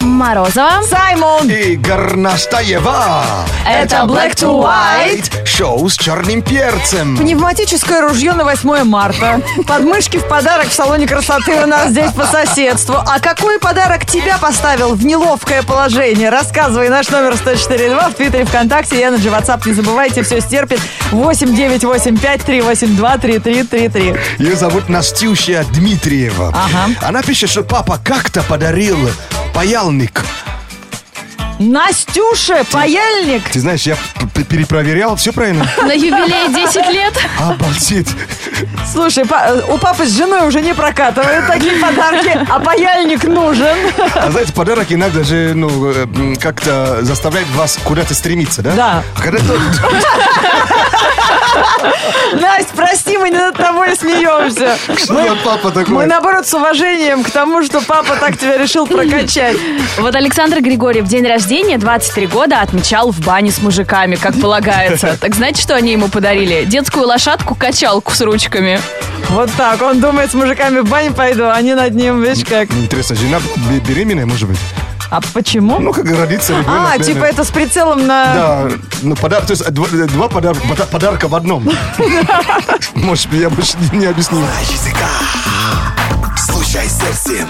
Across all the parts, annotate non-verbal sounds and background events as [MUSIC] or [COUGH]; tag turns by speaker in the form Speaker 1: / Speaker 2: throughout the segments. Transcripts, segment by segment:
Speaker 1: Морозова.
Speaker 2: Саймон!
Speaker 3: И Горнастаева.
Speaker 1: Это Black to
Speaker 2: А
Speaker 1: White.
Speaker 3: Шоу с черным перцем.
Speaker 2: Пневматическое ружье на 8 марта. Подмышки в подарок в салоне красоты у нас здесь по соседству. А какой подарок тебя поставил в неловкое положение? Рассказывай наш номер 104.2 в Твиттере, ВКонтакте, Energy, WhatsApp. Не забывайте, все стерпит. 8985-382-3333.
Speaker 3: Ее зовут Настюша Дмитриева.
Speaker 2: Ага.
Speaker 3: Она пишет, что папа как-то подарил паяльник.
Speaker 2: Настюша, паяльник!
Speaker 3: Ты знаешь, я п- п- перепроверял, все правильно?
Speaker 1: На юбилей 10 [LAUGHS] лет.
Speaker 3: Обалдеть.
Speaker 2: Слушай, па- э, у папы с женой уже не прокатывают такие подарки, а паяльник нужен. [LAUGHS]
Speaker 3: А знаете, подарок иногда же, ну, э, м, как-то заставляет вас куда-то стремиться, да?
Speaker 2: Да.
Speaker 3: А когда то-
Speaker 2: Настя, прости, мы не над тобой смеемся.
Speaker 3: что за папа
Speaker 2: Ну, Мы,
Speaker 3: такой?
Speaker 2: наоборот, с уважением к тому, что папа так тебя решил прокачать.
Speaker 1: Вот Александр Григорьев день рождения, 23 года, отмечал в бане с мужиками, как [LAUGHS] полагается. Так знаете, что они ему подарили? Детскую лошадку-качалку с ручками.
Speaker 2: Вот так. Он думает, с мужиками в бань пойду, а они над ним, видишь, как.
Speaker 3: Интересно, жена бе- беременная, может быть?
Speaker 2: А почему?
Speaker 3: Ну, как родится ребенок.
Speaker 2: А,
Speaker 3: наверное.
Speaker 2: типа это с прицелом на...
Speaker 3: Да, ну, подарок, то есть э, два, э, два подар- пода- подарка в
Speaker 4: [LAUGHS]
Speaker 3: одном. Может, я больше не- не объяснил.
Speaker 4: языка Слушай сердцем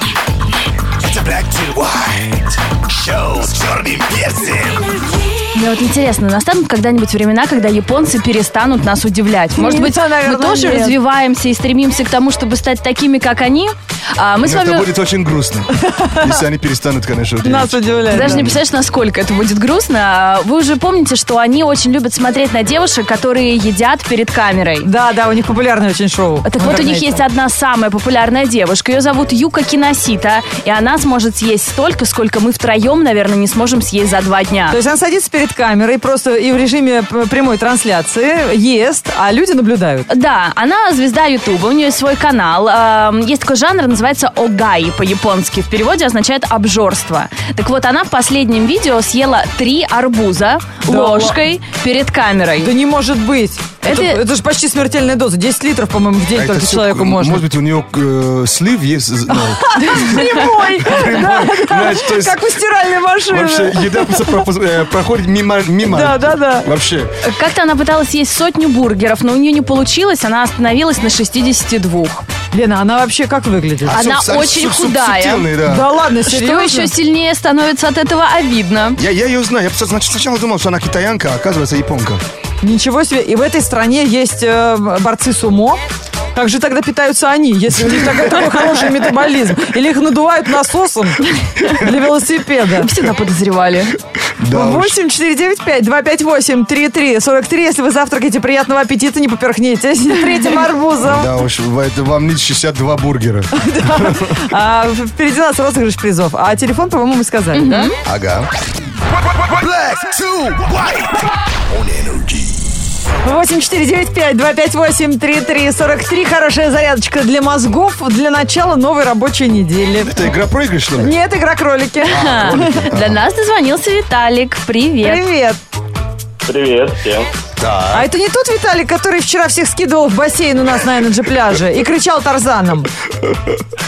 Speaker 4: Это Black to White Шоу с черным
Speaker 2: Ну,
Speaker 4: перцем
Speaker 1: Мне вот интересно, настанут когда-нибудь времена, когда японцы перестанут нас удивлять? Может
Speaker 2: Не
Speaker 1: быть,
Speaker 2: знаю, наверное,
Speaker 1: мы тоже
Speaker 2: нет.
Speaker 1: развиваемся и стремимся к тому, чтобы стать такими, как они? А мы с
Speaker 3: Но Это
Speaker 1: вами...
Speaker 3: будет очень грустно,
Speaker 2: [LAUGHS]
Speaker 3: если они перестанут, конечно, удивлять.
Speaker 2: Нас удивляет.
Speaker 1: Ты даже не представляешь, насколько это будет грустно. А Вы уже помните, что они очень любят смотреть на девушек, которые едят перед камерой.
Speaker 2: Да, да, у них популярное очень шоу.
Speaker 1: Так
Speaker 2: в
Speaker 1: вот, у них
Speaker 2: интернете.
Speaker 1: есть одна самая популярная девушка. Ее зовут Юка Киносита. И она сможет съесть столько, сколько мы втроем, наверное, не сможем съесть за два дня.
Speaker 2: То есть она садится перед камерой просто и в режиме п- прямой трансляции ест, а люди наблюдают.
Speaker 1: Да, она звезда Ютуба, у нее есть свой канал. Эм, Есть такой жанр, называется огай по-японски. В переводе означает обжорство. Так вот, она в последнем видео съела три арбуза
Speaker 2: Да
Speaker 1: ложкой перед камерой.
Speaker 2: Да не может быть. Это,
Speaker 1: Это-
Speaker 2: это же почти смертельная доза. 10 литров, по-моему, в день
Speaker 3: А это
Speaker 2: только
Speaker 3: всё,
Speaker 2: человеку
Speaker 3: м,
Speaker 2: можно.
Speaker 3: Может быть, у нее э, слив есть. э,
Speaker 2: [LAUGHS]
Speaker 3: ну,
Speaker 2: Прямой. Да,
Speaker 3: Знаешь, то есть
Speaker 2: Как у стиральной машины.
Speaker 3: вообще еда просто пропу- э, проходит мимо. мимо.
Speaker 2: Да, да, да.
Speaker 3: Вообще.
Speaker 1: Как-то она пыталась съесть сотню бургеров, но у нее не получилось, она остановилась на 62.
Speaker 2: Лена, она вообще как выглядит?
Speaker 1: А- Она
Speaker 3: Суб- суб-
Speaker 1: очень
Speaker 3: суб-
Speaker 1: худая.
Speaker 3: субтильный, да.
Speaker 2: Да ладно,
Speaker 1: Что
Speaker 2: серьезно?
Speaker 1: еще сильнее становится от этого обидно.
Speaker 3: Я, я ее знаю. Я просто, значит, сначала думал, что она китаянка, а оказывается японка.
Speaker 2: Ничего себе. И в этой стране есть э, борцы с умо. Как же тогда питаются они, если у них такой, такой хороший метаболизм? Или их надувают насосом для велосипеда?
Speaker 1: Всегда
Speaker 3: [LAUGHS]
Speaker 1: подозревали.
Speaker 3: Да уж.
Speaker 2: 8 495 258 33 43. Если вы завтракаете, приятного аппетита, не поперхнитесь третьим арбузом.
Speaker 3: Да уж, в- это вам не 62 бургера.
Speaker 2: А, впереди нас розыгрыш призов. А телефон, по-моему, мы сказали, да?
Speaker 3: Ага.
Speaker 4: Black to White On Energy
Speaker 2: 8495-258-3343. Хорошая зарядочка для мозгов для начала новой рабочей недели.
Speaker 3: Это игра проигрыш, что ли?
Speaker 2: Нет, игра кролики.
Speaker 1: А. До нас дозвонился Виталик. Привет.
Speaker 2: [LAUGHS] Привет.
Speaker 5: Привет всем.
Speaker 3: Да.
Speaker 2: А это не тот Виталик, который вчера всех скидывал в бассейн у нас на Energy пляже и кричал Тарзаном?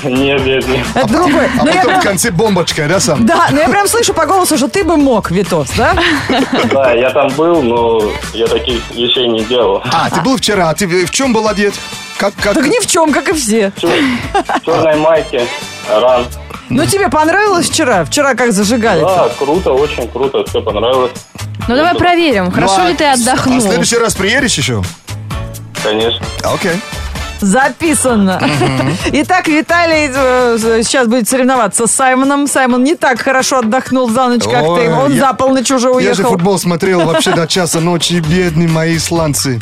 Speaker 5: Нет, нет, нет.
Speaker 2: Это другой.
Speaker 3: А
Speaker 2: Но ну я
Speaker 3: потом в
Speaker 2: прям-
Speaker 3: конце бомбочка, да, сам?
Speaker 2: Да, но я прям слышу по голосу, что ты бы мог, Витос, да?
Speaker 5: Да, я там был, но я таких вещей не делал.
Speaker 3: А, ты был вчера, а ты в в чем был одет? Как, как? Ну,
Speaker 2: Так ни в чем, как и все.
Speaker 5: В черной майке, ран.
Speaker 2: Ну тебе понравилось вчера? Вчера как зажигали?
Speaker 5: Да, круто, очень круто, все понравилось,
Speaker 1: Ну давай проверим,
Speaker 3: Ну,
Speaker 1: хорошо
Speaker 3: а
Speaker 1: ли ты
Speaker 3: с- А
Speaker 1: отдохнул. [LAUGHS]
Speaker 3: в следующий раз приедешь еще?
Speaker 5: конечно.
Speaker 3: А, Окей.
Speaker 2: Записано. Итак, Виталий э, сейчас будет соревноваться с Саймоном. Саймон не так хорошо отдохнул за ночь, как
Speaker 3: Ой,
Speaker 2: ты. Он
Speaker 3: я-
Speaker 2: за полночь уже
Speaker 3: Я же
Speaker 2: уехал.
Speaker 3: футбол смотрел вообще до часа ночи, бедные мои исландцы.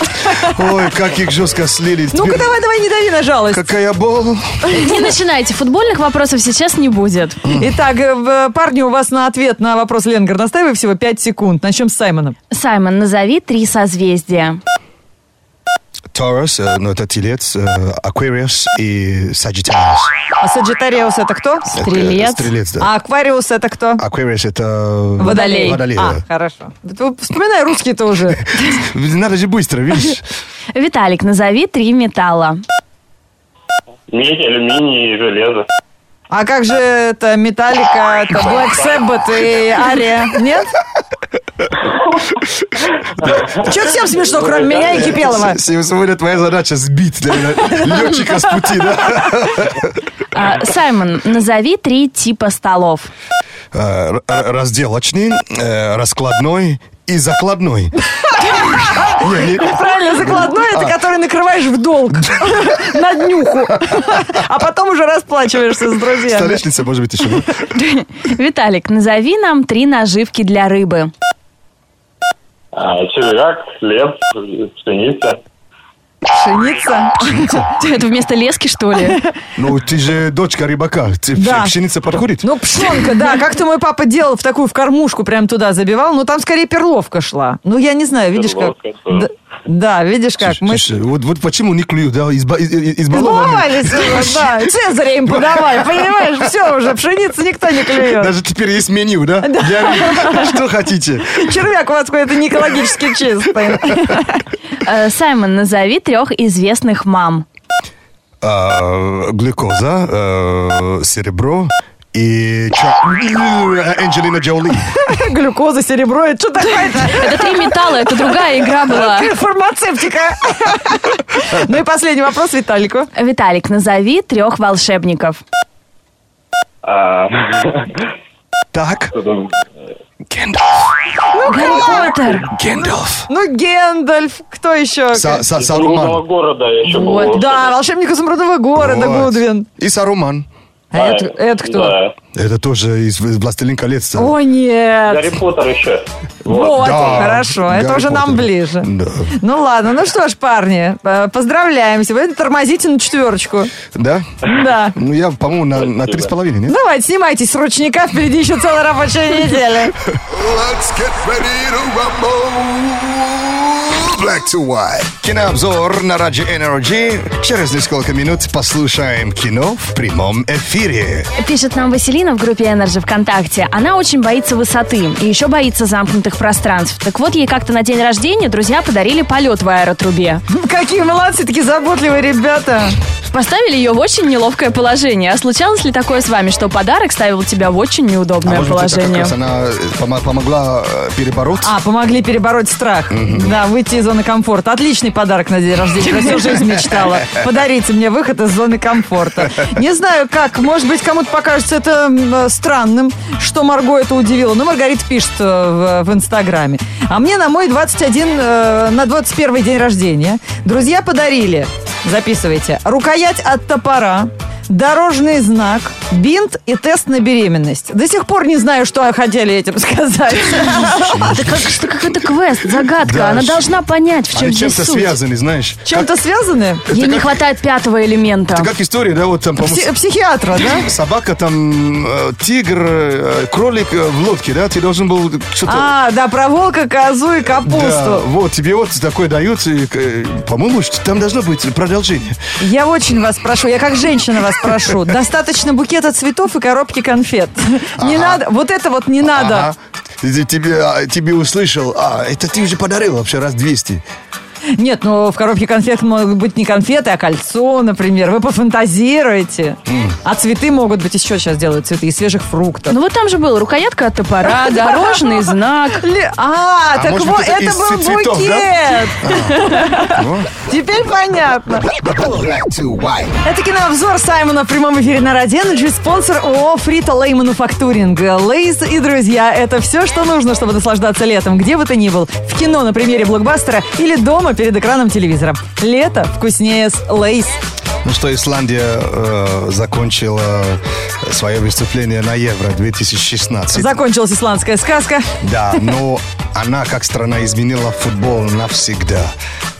Speaker 3: Ой, как их жестко слили.
Speaker 2: Ну-ка,
Speaker 3: Теперь
Speaker 2: давай, давай, не дави на жалость.
Speaker 3: Какая бол.
Speaker 1: Не начинайте, футбольных вопросов сейчас не будет.
Speaker 2: Итак, э, в- парни, у вас на ответ на вопрос Ленгар настаивай всего 5 секунд. Начнем с Саймона.
Speaker 1: Саймон, назови три созвездия.
Speaker 3: Taurus, э, ну это телец, э, Aquarius и Sagittarius.
Speaker 2: А Саджитариус это кто?
Speaker 1: Стрелец.
Speaker 3: Э, Стрелец, да.
Speaker 2: А Аквариус это кто?
Speaker 3: Aquarius это... э,
Speaker 1: Водолей.
Speaker 3: Водолей,
Speaker 2: А,
Speaker 3: да.
Speaker 2: хорошо. Да ты Вспоминай русский тоже.
Speaker 3: Надо же быстро, видишь?
Speaker 1: Виталик, назови три металла.
Speaker 5: Медь, алюминий и железо.
Speaker 2: А как же это Металлика, это Black Sabbath и Ария? Нет? Че всем смешно, кроме меня и [LAUGHS] Кипелова?
Speaker 3: С- Сегодня твоя задача сбить летчика с пути, да?
Speaker 1: А, Саймон, назови три типа столов.
Speaker 3: Э, р- Разделочный, э, раскладной и закладной. Не, не,
Speaker 2: Правильно, закладной это который накрываешь в долг [LAUGHS] на днюху, а потом уже расплачиваешься с друзьями.
Speaker 3: Столешница, может быть, еще. ну.
Speaker 1: [LAUGHS] Виталик, назови нам три наживки для рыбы.
Speaker 5: А, червяк, хлеб, пшеница.
Speaker 2: Пшеница.
Speaker 1: [LAUGHS] Это вместо лески, что ли?
Speaker 3: Ну, ты же дочка рыбака. Ты-
Speaker 2: Да.
Speaker 3: Пшеница подходит?
Speaker 2: Ну, пшенка, да. Как-то мой папа делал в такую в кормушку, прям туда забивал. Ну, там скорее перловка шла. Ну, я не знаю, видишь как.
Speaker 5: Перловка,
Speaker 2: Да,
Speaker 5: да.
Speaker 2: да, видишь как. Мы
Speaker 3: Слушай, Вот вот почему не клюю, да? изба- из- из- избалованный.
Speaker 2: Сбывались, да. Цезаря им подавай, понимаешь? Все уже, пшеница никто не клюет.
Speaker 3: Даже теперь есть меню, да? Я вижу. Что хотите?
Speaker 2: Червяк у вас какой-то не экологически чистый.
Speaker 1: [LAUGHS] Э, Саймон, назови трех известных мам.
Speaker 3: А, Глюкоза, э, серебро и... чё- Анджелина Джоли.
Speaker 2: Глюкоза, серебро, это что такое-то?
Speaker 1: Это три металла, это другая игра была.
Speaker 2: Фармацевтика. Ну и последний вопрос Виталику.
Speaker 1: Виталик, назови трех волшебников.
Speaker 5: А,
Speaker 3: Так.
Speaker 5: что там?
Speaker 1: Гарри Поттер.
Speaker 3: Гендалф.
Speaker 2: Ну, Гендальф, кто еще?
Speaker 3: Са- са-
Speaker 5: Из Лунного
Speaker 3: Саруман.
Speaker 5: города еще
Speaker 1: Вот,
Speaker 5: было.
Speaker 2: Да, волшебник изумрудного города,
Speaker 3: Вот.
Speaker 2: Гудвин.
Speaker 3: И Саруман.
Speaker 2: А это, это кто?
Speaker 5: Да.
Speaker 3: Это тоже из из «Властелин колец». да?
Speaker 2: О, нет.
Speaker 5: Гарри Поттер еще.
Speaker 2: Вот,
Speaker 3: Да,
Speaker 2: хорошо, это
Speaker 3: Гарри
Speaker 2: уже нам
Speaker 3: Поттер.
Speaker 2: ближе.
Speaker 3: Да.
Speaker 2: Ну ладно, ну что ж, парни, э, поздравляем. Сегодня тормозите на четверочку.
Speaker 3: Да?
Speaker 2: Да.
Speaker 3: Ну, я, по-моему, на, на три с половиной, нет?
Speaker 2: Давайте, снимайтесь с ручника, впереди еще целая рабочая неделя.
Speaker 4: Let's get ready to rumble. Black to white.
Speaker 3: Кинообзор на Раджи Energy. Через несколько минут послушаем кино в прямом эфире.
Speaker 1: Пишет нам Василина в группе Energy ВКонтакте. Она очень боится высоты и еще боится замкнутых пространств. Так вот, ей как-то на день рождения друзья подарили полет в аэротрубе.
Speaker 2: Какие молодцы, такие заботливые ребята.
Speaker 1: Поставили ее в очень неловкое положение. А случалось ли такое с вами, что подарок ставил тебя в очень
Speaker 3: А
Speaker 1: неудобное
Speaker 3: как
Speaker 1: положение?
Speaker 3: раз она э, помо- помогла э, перебороть?
Speaker 2: А, помогли перебороть страх. Да, выйти из зоны комфорта. Отличный подарок на день рождения. Я всю жизнь мечтала. Подарите мне выход из зоны комфорта. Не знаю как, может быть, кому-то покажется это м, э, странным, что Марго это удивило. Но Маргарита пишет э, в, в Инстаграме. А мне на мой 21, э, на 21 день рождения друзья подарили, записывайте, рукоять от топора, Дорожный знак, бинт и тест на беременность. До сих пор не знаю, что хотели этим [LAUGHS] сказать.
Speaker 1: Это как, что какой-то квест, загадка.
Speaker 3: Да,
Speaker 1: Она
Speaker 3: ш-
Speaker 1: должна понять, в чем
Speaker 3: Они
Speaker 1: здесь
Speaker 3: чем-то
Speaker 1: суть.
Speaker 3: связаны, знаешь.
Speaker 2: Чем-то связаны?
Speaker 1: Ей не хватает пятого элемента.
Speaker 3: Как история, да, вот там, по-моему,
Speaker 2: Пси- Психиатра, да?
Speaker 3: с- собака, там, э, тигр, э, кролик э, в лодке, да, ты должен был что-то...
Speaker 2: А, да, про волка, козу и
Speaker 3: Да,
Speaker 2: капусту.
Speaker 3: вот, тебе вот такое дают, и, э, по-моему, что- там должно быть продолжение.
Speaker 2: Я очень вас прошу, я как женщина вас прошу. Достаточно букета цветов и коробки конфет. Не надо, вот это вот не надо.
Speaker 3: Ага. Ты- Тебе, а, тебе услышал, а, это ты уже подарил вообще раз 200.
Speaker 2: Нет, ну в коробке конфет могут быть не конфеты, а кольцо, например. Вы пофантазируете. А цветы могут быть еще сейчас делают цветы из свежих фруктов.
Speaker 1: Ну вот там же было рукоятка от
Speaker 3: [LAUGHS]
Speaker 1: топора, дорожный знак.
Speaker 2: Ли- А, так
Speaker 3: может
Speaker 2: вот,
Speaker 3: быть, это
Speaker 2: это
Speaker 3: из
Speaker 2: был
Speaker 3: цветов, да? А,
Speaker 2: букет. Теперь понятно.
Speaker 4: Black to white.
Speaker 2: Это кинообзор Саймона в прямом эфире на Радио Energy, спонсор ООО «Фрита Лей Мануфактуринг». Лейс и друзья – это все, что нужно, чтобы наслаждаться летом, где бы ты ни был. В кино на премьере блокбастера или дома перед экраном телевизора. Лето вкуснее с Лейс.
Speaker 3: Ну что, Исландия э, закончила свое выступление на Евро 2016.
Speaker 2: Закончилась исландская сказка.
Speaker 3: Да, но она как страна изменила футбол навсегда.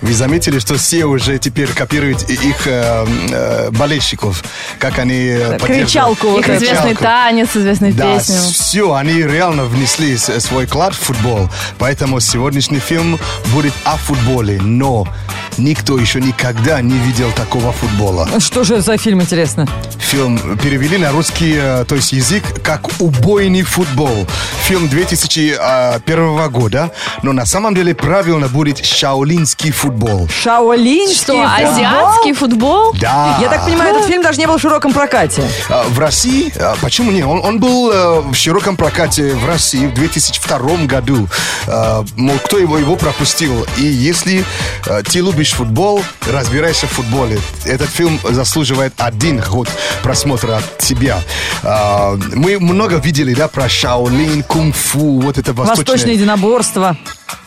Speaker 3: Вы заметили, что все уже теперь копируют и- их э, э, болельщиков, как они э, поддерживают.
Speaker 2: кричалку вот
Speaker 1: Их
Speaker 2: это.
Speaker 1: известный
Speaker 3: Кричалку.
Speaker 1: танец, известную
Speaker 3: Да,
Speaker 1: песню.
Speaker 3: все, они реально внесли с- свой клад в футбол. Поэтому сегодняшний фильм будет о футболе, но никто еще никогда не видел такого футбола.
Speaker 2: Что же за фильм, интересно?
Speaker 3: Фильм перевели на русский, э, то есть язык, как «Убойный футбол». а, Фильм 2001 года, но на самом деле правильно будет «Шаолинский футбол». футбол.
Speaker 2: Шаолинский
Speaker 1: Что,
Speaker 2: футбол?
Speaker 1: азиатский А. футбол?
Speaker 3: Да.
Speaker 2: Я так понимаю, этот фильм даже не был в широком прокате.
Speaker 3: А, В России, а, почему не? Он, он был э, в широком прокате в России в 2002 году. А, Мол, кто его, его пропустил? И если э, ты любишь футбол, разбирайся в футболе. Этот фильм заслуживает один ход просмотра от тебя. А, Мы много видели, да, про Шаолин, кунг-фу, вот это
Speaker 2: Восточное
Speaker 3: восточное.
Speaker 2: единоборство.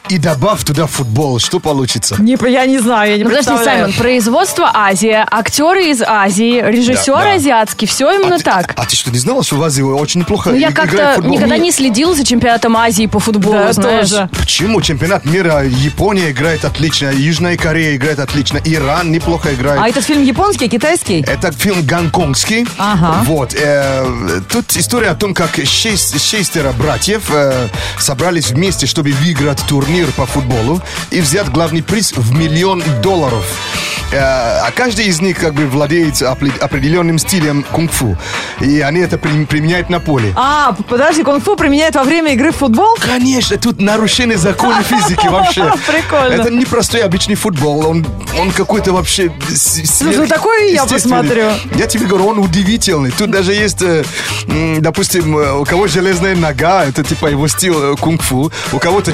Speaker 3: И добавь туда футбол, что получится?
Speaker 2: Не, я не знаю, я не
Speaker 1: Ну, Подожди,
Speaker 2: представляю.
Speaker 1: Саймон, производство Азия, актеры из Азии, режиссер
Speaker 3: Да, да.
Speaker 1: азиатский, все именно
Speaker 3: а, ты-
Speaker 1: так.
Speaker 3: а ты что, не знала, что в Азии очень неплохо
Speaker 1: Ну, я
Speaker 3: и- играет
Speaker 1: как-то
Speaker 3: футбол?
Speaker 1: никогда не следил за чемпионатом Азии по футболу,
Speaker 2: Да,
Speaker 1: знаешь.
Speaker 2: тоже.
Speaker 3: Почему? Чемпионат мира Япония играет отлично, Южная Корея играет отлично, Иран неплохо играет.
Speaker 2: А этот фильм японский, китайский?
Speaker 3: Это фильм гонконгский.
Speaker 2: Ага.
Speaker 3: Вот. э, тут история о том, как шесть, шестеро братьев э, собрались вместе, чтобы выиграть турнир по футболу и взять главный приз в миллион долларов. Э, а каждый из них как бы владеет опли- определенным стилем кунг-фу. И они это при- применяют на поле.
Speaker 2: А, подожди, кунг-фу применяют во время игры в футбол?
Speaker 3: Конечно, тут нарушение закона физики вообще.
Speaker 2: [LAUGHS] Прикольно.
Speaker 3: Это не простой обычный футбол, он, он какой-то вообще... с-
Speaker 2: Слушай, ну такое и я
Speaker 3: сверхъестественный.
Speaker 2: посмотрю.
Speaker 3: Я тебе говорю, он удивительный. Тут даже есть, э, м, допустим, э, у кого железная нога, это типа его стил э, кунг-фу, у кого-то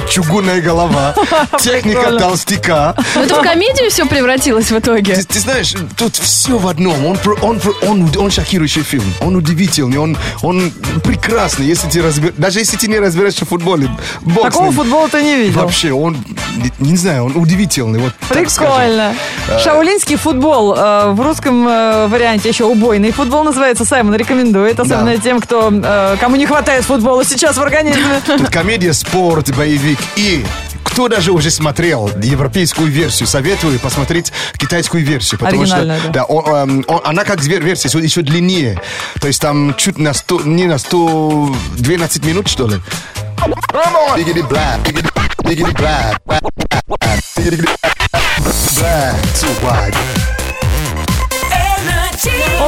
Speaker 2: [LAUGHS]
Speaker 3: чугунная голова, техника
Speaker 2: Прикольно.
Speaker 3: толстяка.
Speaker 1: Ну, это в комедию все превратилось в итоге.
Speaker 3: Ты, ты знаешь, тут все в одном. Он, про- он, про- он, уд- он шокирующий фильм. Он удивительный, он, он прекрасный. Если ты разбер... Даже если ты не разбираешься в футболе, бог с
Speaker 2: Такого
Speaker 3: ним.
Speaker 2: футбола ты не видел.
Speaker 3: Вообще, он, не, не знаю, он удивительный. Вот так Э. скажем.
Speaker 2: Прикольно. Шаулинский футбол э, в русском э, варианте еще убойный футбол называется. Саймон рекомендует, особенно
Speaker 3: Да.
Speaker 2: тем, кто э, кому не хватает футбола сейчас в
Speaker 3: [LAUGHS]
Speaker 2: организме.
Speaker 3: Тут комедия, спорт, боевик и... Кто даже уже смотрел европейскую версию, советую посмотреть китайскую версию. Потому что
Speaker 2: Оригинальная, да.
Speaker 3: он- эм, он- она как звер- версия, еще- еще длиннее. То есть там чуть на 100, не на 112 минут, что ли.
Speaker 4: Biggity black. Biggity, biggity black. Black, biggity black to white.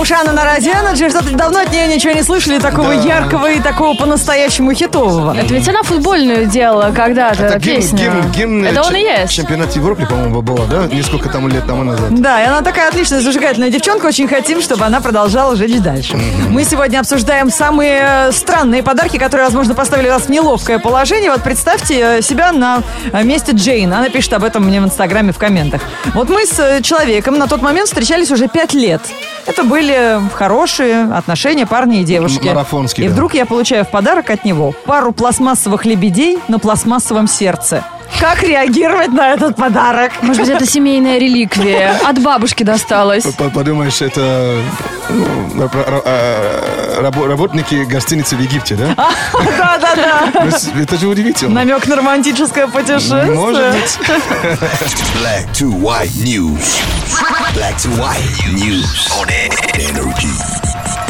Speaker 2: Ушана Наразиана, что-то давно от нее ничего не слышали, такого яркого и такого по-настоящему хитового.
Speaker 1: Это ведь она футбольную делала
Speaker 2: Э,
Speaker 1: когда-то,
Speaker 3: Это гимн,
Speaker 1: песня.
Speaker 3: гимн, гимн, э,
Speaker 1: это он
Speaker 3: чем-
Speaker 1: и есть.
Speaker 3: Чемпионат Европы, по-моему, было, да? Несколько там лет тому назад.
Speaker 2: Да, и она такая отличная, зажигательная девчонка. Очень хотим, чтобы она продолжала жить дальше. Мы сегодня обсуждаем самые э, странные подарки, которые, возможно, поставили вас в неловкое положение. Вот представьте э, себя на э, месте Джейн. Она пишет об этом мне в Инстаграме в комментах. Вот мы с э, человеком на тот момент встречались уже пять лет. Это были хорошие отношения парня и девушки.
Speaker 3: М- марафонские,
Speaker 2: И
Speaker 3: да.
Speaker 2: вдруг я получаю в подарок от него пару пластмассовых лебедей на пластмассовом сердце. Как реагировать на этот подарок? [LAUGHS]
Speaker 1: Может быть, это семейная реликвия. От бабушки досталось.
Speaker 3: П- Подумаешь, это ну, ра- ра- э, рабо- работники гостиницы в Египте, да?
Speaker 2: А. Да-да-да.
Speaker 3: Ну, с- Это же удивительно.
Speaker 2: Намек на романтическое путешествие.
Speaker 3: Может быть.
Speaker 4: Black to white news. Black to white news on energy.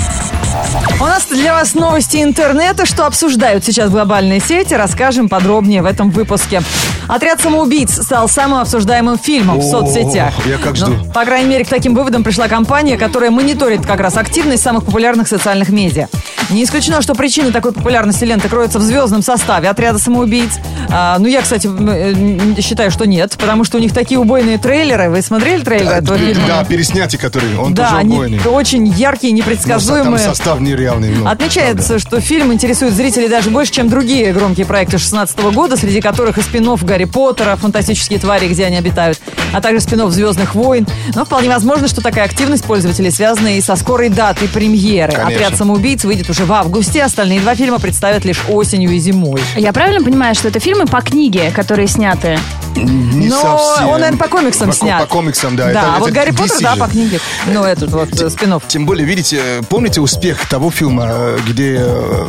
Speaker 2: У нас для вас новости интернета, что обсуждают сейчас глобальные сети, расскажем подробнее в этом выпуске. Отряд самоубийц стал самым обсуждаемым фильмом в
Speaker 3: О,
Speaker 2: соцсетях.
Speaker 3: я как
Speaker 2: Ну,
Speaker 3: жду.
Speaker 2: по крайней мере, к таким выводам пришла компания, которая мониторит как раз активность самых популярных социальных медиа. Не исключено, что причина такой популярности ленты кроется в звездном составе отряда самоубийц. А, ну, я, кстати, м, э, м, считаю, что нет, потому что у них такие убойные трейлеры. Вы смотрели трейлер этого фильма?
Speaker 3: Да, переснятый, который, он
Speaker 2: Да,
Speaker 3: тоже
Speaker 2: они
Speaker 3: убойный.
Speaker 2: очень яркие,
Speaker 3: Но со- Ну, Там
Speaker 2: непредсказуемые.
Speaker 3: состав нереальный. ну,
Speaker 2: Отмечается, что фильм интересует зрителей даже больше, чем другие громкие проекты 16 года, среди которых и спин Гарри Поттера, «Фантастические твари, где они обитают», а также спин «Звездных войн». Но вполне возможно, что такая активность пользователей связана и со скорой датой премьеры.
Speaker 3: Конечно.
Speaker 2: «Отряд самоубийц» выйдет уже в августе, остальные два фильма представят лишь осенью и зимой.
Speaker 1: Я правильно понимаю, что это фильмы по книге, которые сняты?
Speaker 3: правда. Не
Speaker 2: Но
Speaker 3: совсем.
Speaker 2: он, наверное, по комиксам
Speaker 3: По ко-
Speaker 2: снят.
Speaker 3: По комиксам, да.
Speaker 2: Да,
Speaker 3: Это-
Speaker 2: а вот
Speaker 3: это
Speaker 2: «Гарри Поттер»,
Speaker 3: DC
Speaker 2: да,
Speaker 3: же.
Speaker 2: по книге. Ну, этот вот э, спин-офф.
Speaker 3: Тем более, видите, э, помните успех того фильма, э, где э,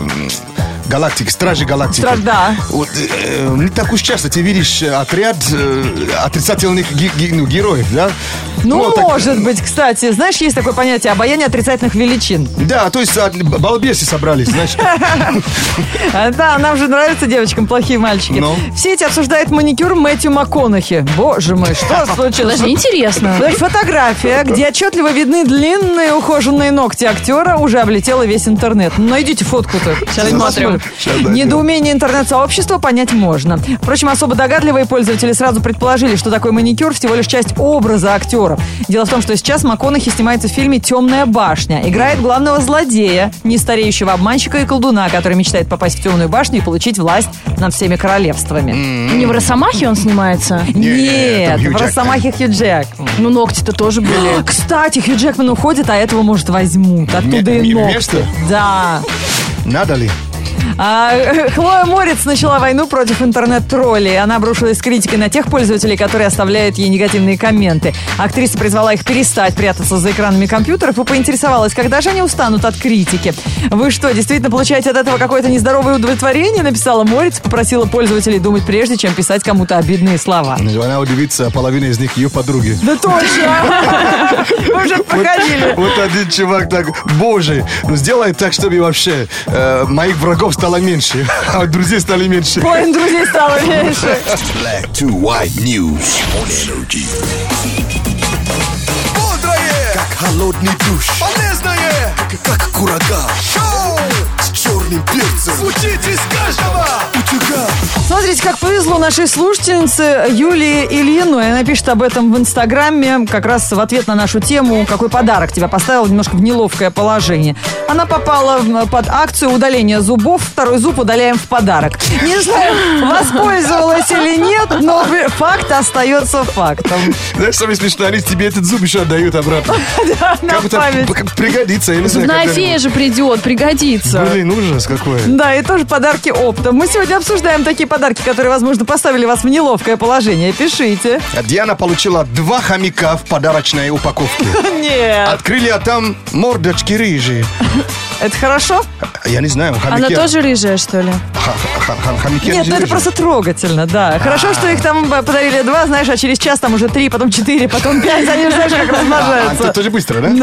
Speaker 3: Галактик, Стражи Галактики.
Speaker 2: Страж- да.
Speaker 3: Вот, э, э, не так уж часто ты видишь э, отряд э, отрицательных ги- ги- ну, героев, да?
Speaker 2: Ну,
Speaker 3: Вот так-
Speaker 2: может быть, кстати. Знаешь, есть такое понятие обаяние отрицательных величин.
Speaker 3: Да, то есть а, б- балбесы собрались,
Speaker 2: [LAUGHS]
Speaker 3: значит.
Speaker 2: А, Да, нам же нравятся девочкам плохие мальчики.
Speaker 3: Ну?
Speaker 2: Все эти обсуждают маникюр Мэтью МакКонахи. Боже мой, что случилось?
Speaker 1: Подожди, интересно.
Speaker 2: Значит, Ну, фотография, где отчетливо видны длинные ухоженные ногти актера, уже облетела весь интернет. Ну, найдите фотку-то. Сейчас
Speaker 3: Посмотрим.
Speaker 2: Александр.
Speaker 3: Щас
Speaker 2: Недоумение интернет-сообщества понять можно. Впрочем, особо догадливые пользователи сразу предположили, что такой маникюр всего лишь часть образа актера. Дело в том, что сейчас МакКонахи снимается в фильме «Темная башня». Играет главного злодея, нестареющего обманщика и колдуна, который мечтает попасть в темную башню и получить власть над всеми королевствами.
Speaker 1: Не в «Росомахе» он снимается?
Speaker 2: Нет,
Speaker 3: там Хью
Speaker 2: в
Speaker 3: Джекман.
Speaker 2: «Росомахе» Хью Джек.
Speaker 1: Ну, ногти-то тоже были.
Speaker 2: А, Кстати, Хью Джекман уходит, а этого, может, возьмут. Оттуда
Speaker 3: м-
Speaker 2: и
Speaker 3: место?
Speaker 2: ногти. Да.
Speaker 3: Надо ли?
Speaker 2: А, [LAUGHS] Хлоя Морец начала войну против интернет-троллей. Она обрушилась с критикой на тех пользователей, которые оставляют ей негативные комменты. Актриса призвала их перестать прятаться за экранами компьютеров и поинтересовалась, когда же они устанут от критики. «Вы что, действительно получаете от этого какое-то нездоровое удовлетворение?» написала Морец, попросила пользователей думать прежде, чем писать кому-то обидные слова.
Speaker 3: Она удивится, половина из них
Speaker 2: [LAUGHS]
Speaker 3: ее подруги.
Speaker 2: Да точно! [LAUGHS] Мы уже проходили.
Speaker 3: Вот один чувак так, боже, ну сделай так, чтобы вообще э, моих врагов стало меньше, а друзей стали меньше.
Speaker 2: Ой, друзей стало меньше.
Speaker 4: Black to white news on energy. Бодрое, как холодный душ. Полезное, как курага. Шоу с черным перцем. Учитесь каждого. Утюга.
Speaker 2: Смотрите, как повезло нашей слушательнице Юлии Ильиной. Она пишет об этом в Инстаграме, как раз в ответ на нашу тему, какой подарок тебя поставил немножко в неловкое положение. Она попала в- под акцию удаления зубов. Второй зуб удаляем в подарок. Не знаю, воспользовалась или нет, но факт остается фактом.
Speaker 3: Знаешь, самое смешное, они тебе этот зуб еще отдают обратно.
Speaker 2: [LAUGHS] На
Speaker 3: Как будто
Speaker 2: память.
Speaker 3: п- пригодится, я не знаю.
Speaker 1: Зубная
Speaker 3: когда-
Speaker 1: фея же придет, пригодится.
Speaker 3: Блин, ужас какой.
Speaker 2: Да, и тоже подарки оптом. Мы сегодня обсуждаем такие подарки, которые, возможно, поставили вас в неловкое положение. Пишите.
Speaker 3: Диана получила два хомяка в подарочной упаковке.
Speaker 2: Нет.
Speaker 3: Открыли, а там мордочки рыжие.
Speaker 2: Это хорошо?
Speaker 3: Я не знаю, хомяки...
Speaker 1: Она тоже рыжая, что ли?
Speaker 3: х- х- х- Хомяки
Speaker 2: Нет,
Speaker 3: они
Speaker 2: ну это
Speaker 3: рыжие.
Speaker 2: просто трогательно, да. Хорошо, что их там э, подарили два, знаешь, а через час там уже три, потом четыре, потом пять, они, знаешь, как
Speaker 3: А, это
Speaker 2: размножаются.
Speaker 3: тоже быстро, да? А,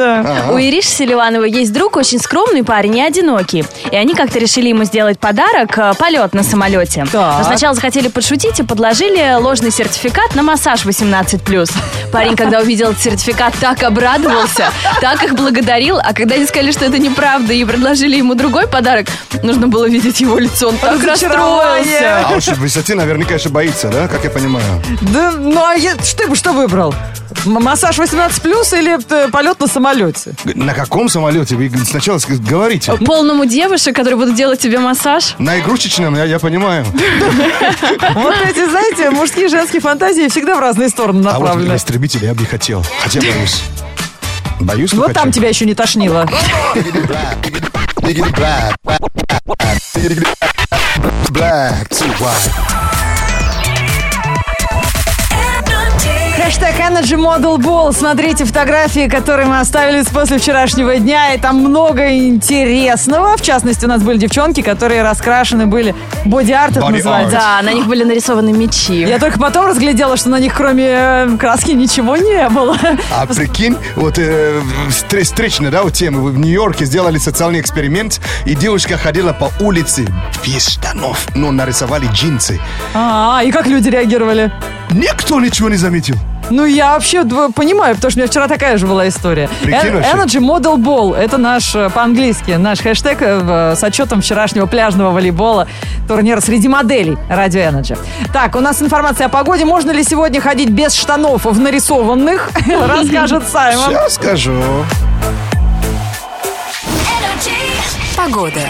Speaker 2: Да.
Speaker 1: У Ириши Селивановой есть друг, очень скромный парень, не одинокий. И они как-то решили ему сделать подарок э, полет на самолете.
Speaker 2: Так.
Speaker 1: Но сначала захотели подшутить и подложили ложный сертификат на массаж 18+. Парень, когда увидел этот сертификат, так обрадовался, так их благодарил. А когда они сказали, что это неправда, и предложили ему другой подарок, нужно было видеть его лицо. Он так
Speaker 2: Разочарование.
Speaker 1: расстроился.
Speaker 3: А уж в высоте наверняка еще боится, да? Как я понимаю.
Speaker 2: Да, ну а я- что ты бы что выбрал? М- Массаж 18 плюс или э, полет на самолете?
Speaker 3: На каком самолете? Вы сначала ск- говорите.
Speaker 1: Полному девушек, которые будут делать тебе массаж.
Speaker 3: На игрушечном, я, я понимаю.
Speaker 2: Вот эти, знаете, мужские и женские фантазии всегда в разные стороны
Speaker 3: А вот
Speaker 2: направлены.
Speaker 3: на истребителя я бы не хотел. Хотя боюсь. Боюсь, ну, но
Speaker 2: Вот там
Speaker 3: хочу.
Speaker 2: тебя еще не тошнило.
Speaker 4: Biggity black. Biggity black to white.
Speaker 2: Хэштег Energy Model Ball. Смотрите фотографии, которые мы оставили с после вчерашнего дня. И там много интересного. В частности, у нас были девчонки, которые раскрашены были. Боди-арт это
Speaker 3: Body
Speaker 2: называется.
Speaker 3: art.
Speaker 1: Да, на них были нарисованы мечи.
Speaker 2: Я только потом разглядела, что на них кроме э, краски ничего не было.
Speaker 3: А прикинь, вот э, встр- встречная, да, вот тема. Вы В Нью-Йорке сделали социальный эксперимент, и девушка ходила по улице без штанов, но нарисовали джинсы.
Speaker 2: А, и как люди реагировали?
Speaker 3: Никто ничего не заметил.
Speaker 2: Ну, я вообще дв- понимаю, потому что у меня вчера такая же была история.
Speaker 3: Прикинь
Speaker 2: Эн-
Speaker 3: вообще.
Speaker 2: Energy Model Ball. Это наш, э, по-английски, наш хэштег э, в- э, с отчетом вчерашнего пляжного волейбола турнира среди моделей Радио Energy. Так, у нас информация о погоде. Можно ли сегодня ходить без штанов в нарисованных? [LAUGHS] Расскажет Саймон.
Speaker 3: Сейчас скажу.
Speaker 6: Погода.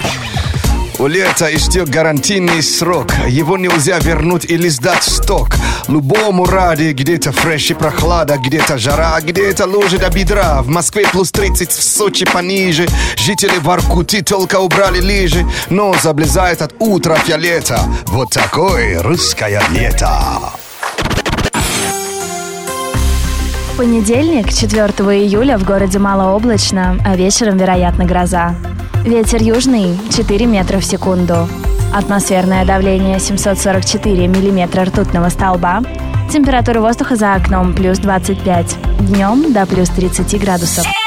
Speaker 3: У лета истек гарантийный срок. Его нельзя вернуть или сдать в сток. Любому ради где-то фреш и прохлада, где-то жара, где-то лужи до бедра. В Москве плюс 30, в Сочи пониже. Жители в Аркуте только убрали лыжи. Но заблезает от утра фиолета. Вот такое русское лето.
Speaker 7: Понедельник, 4 июля, в городе малооблачно, а вечером, вероятно, гроза. Ветер южный 4 метра в секунду. Атмосферное давление 744 миллиметра ртутного столба. Температура воздуха за окном плюс 25. Днем до плюс 30 градусов.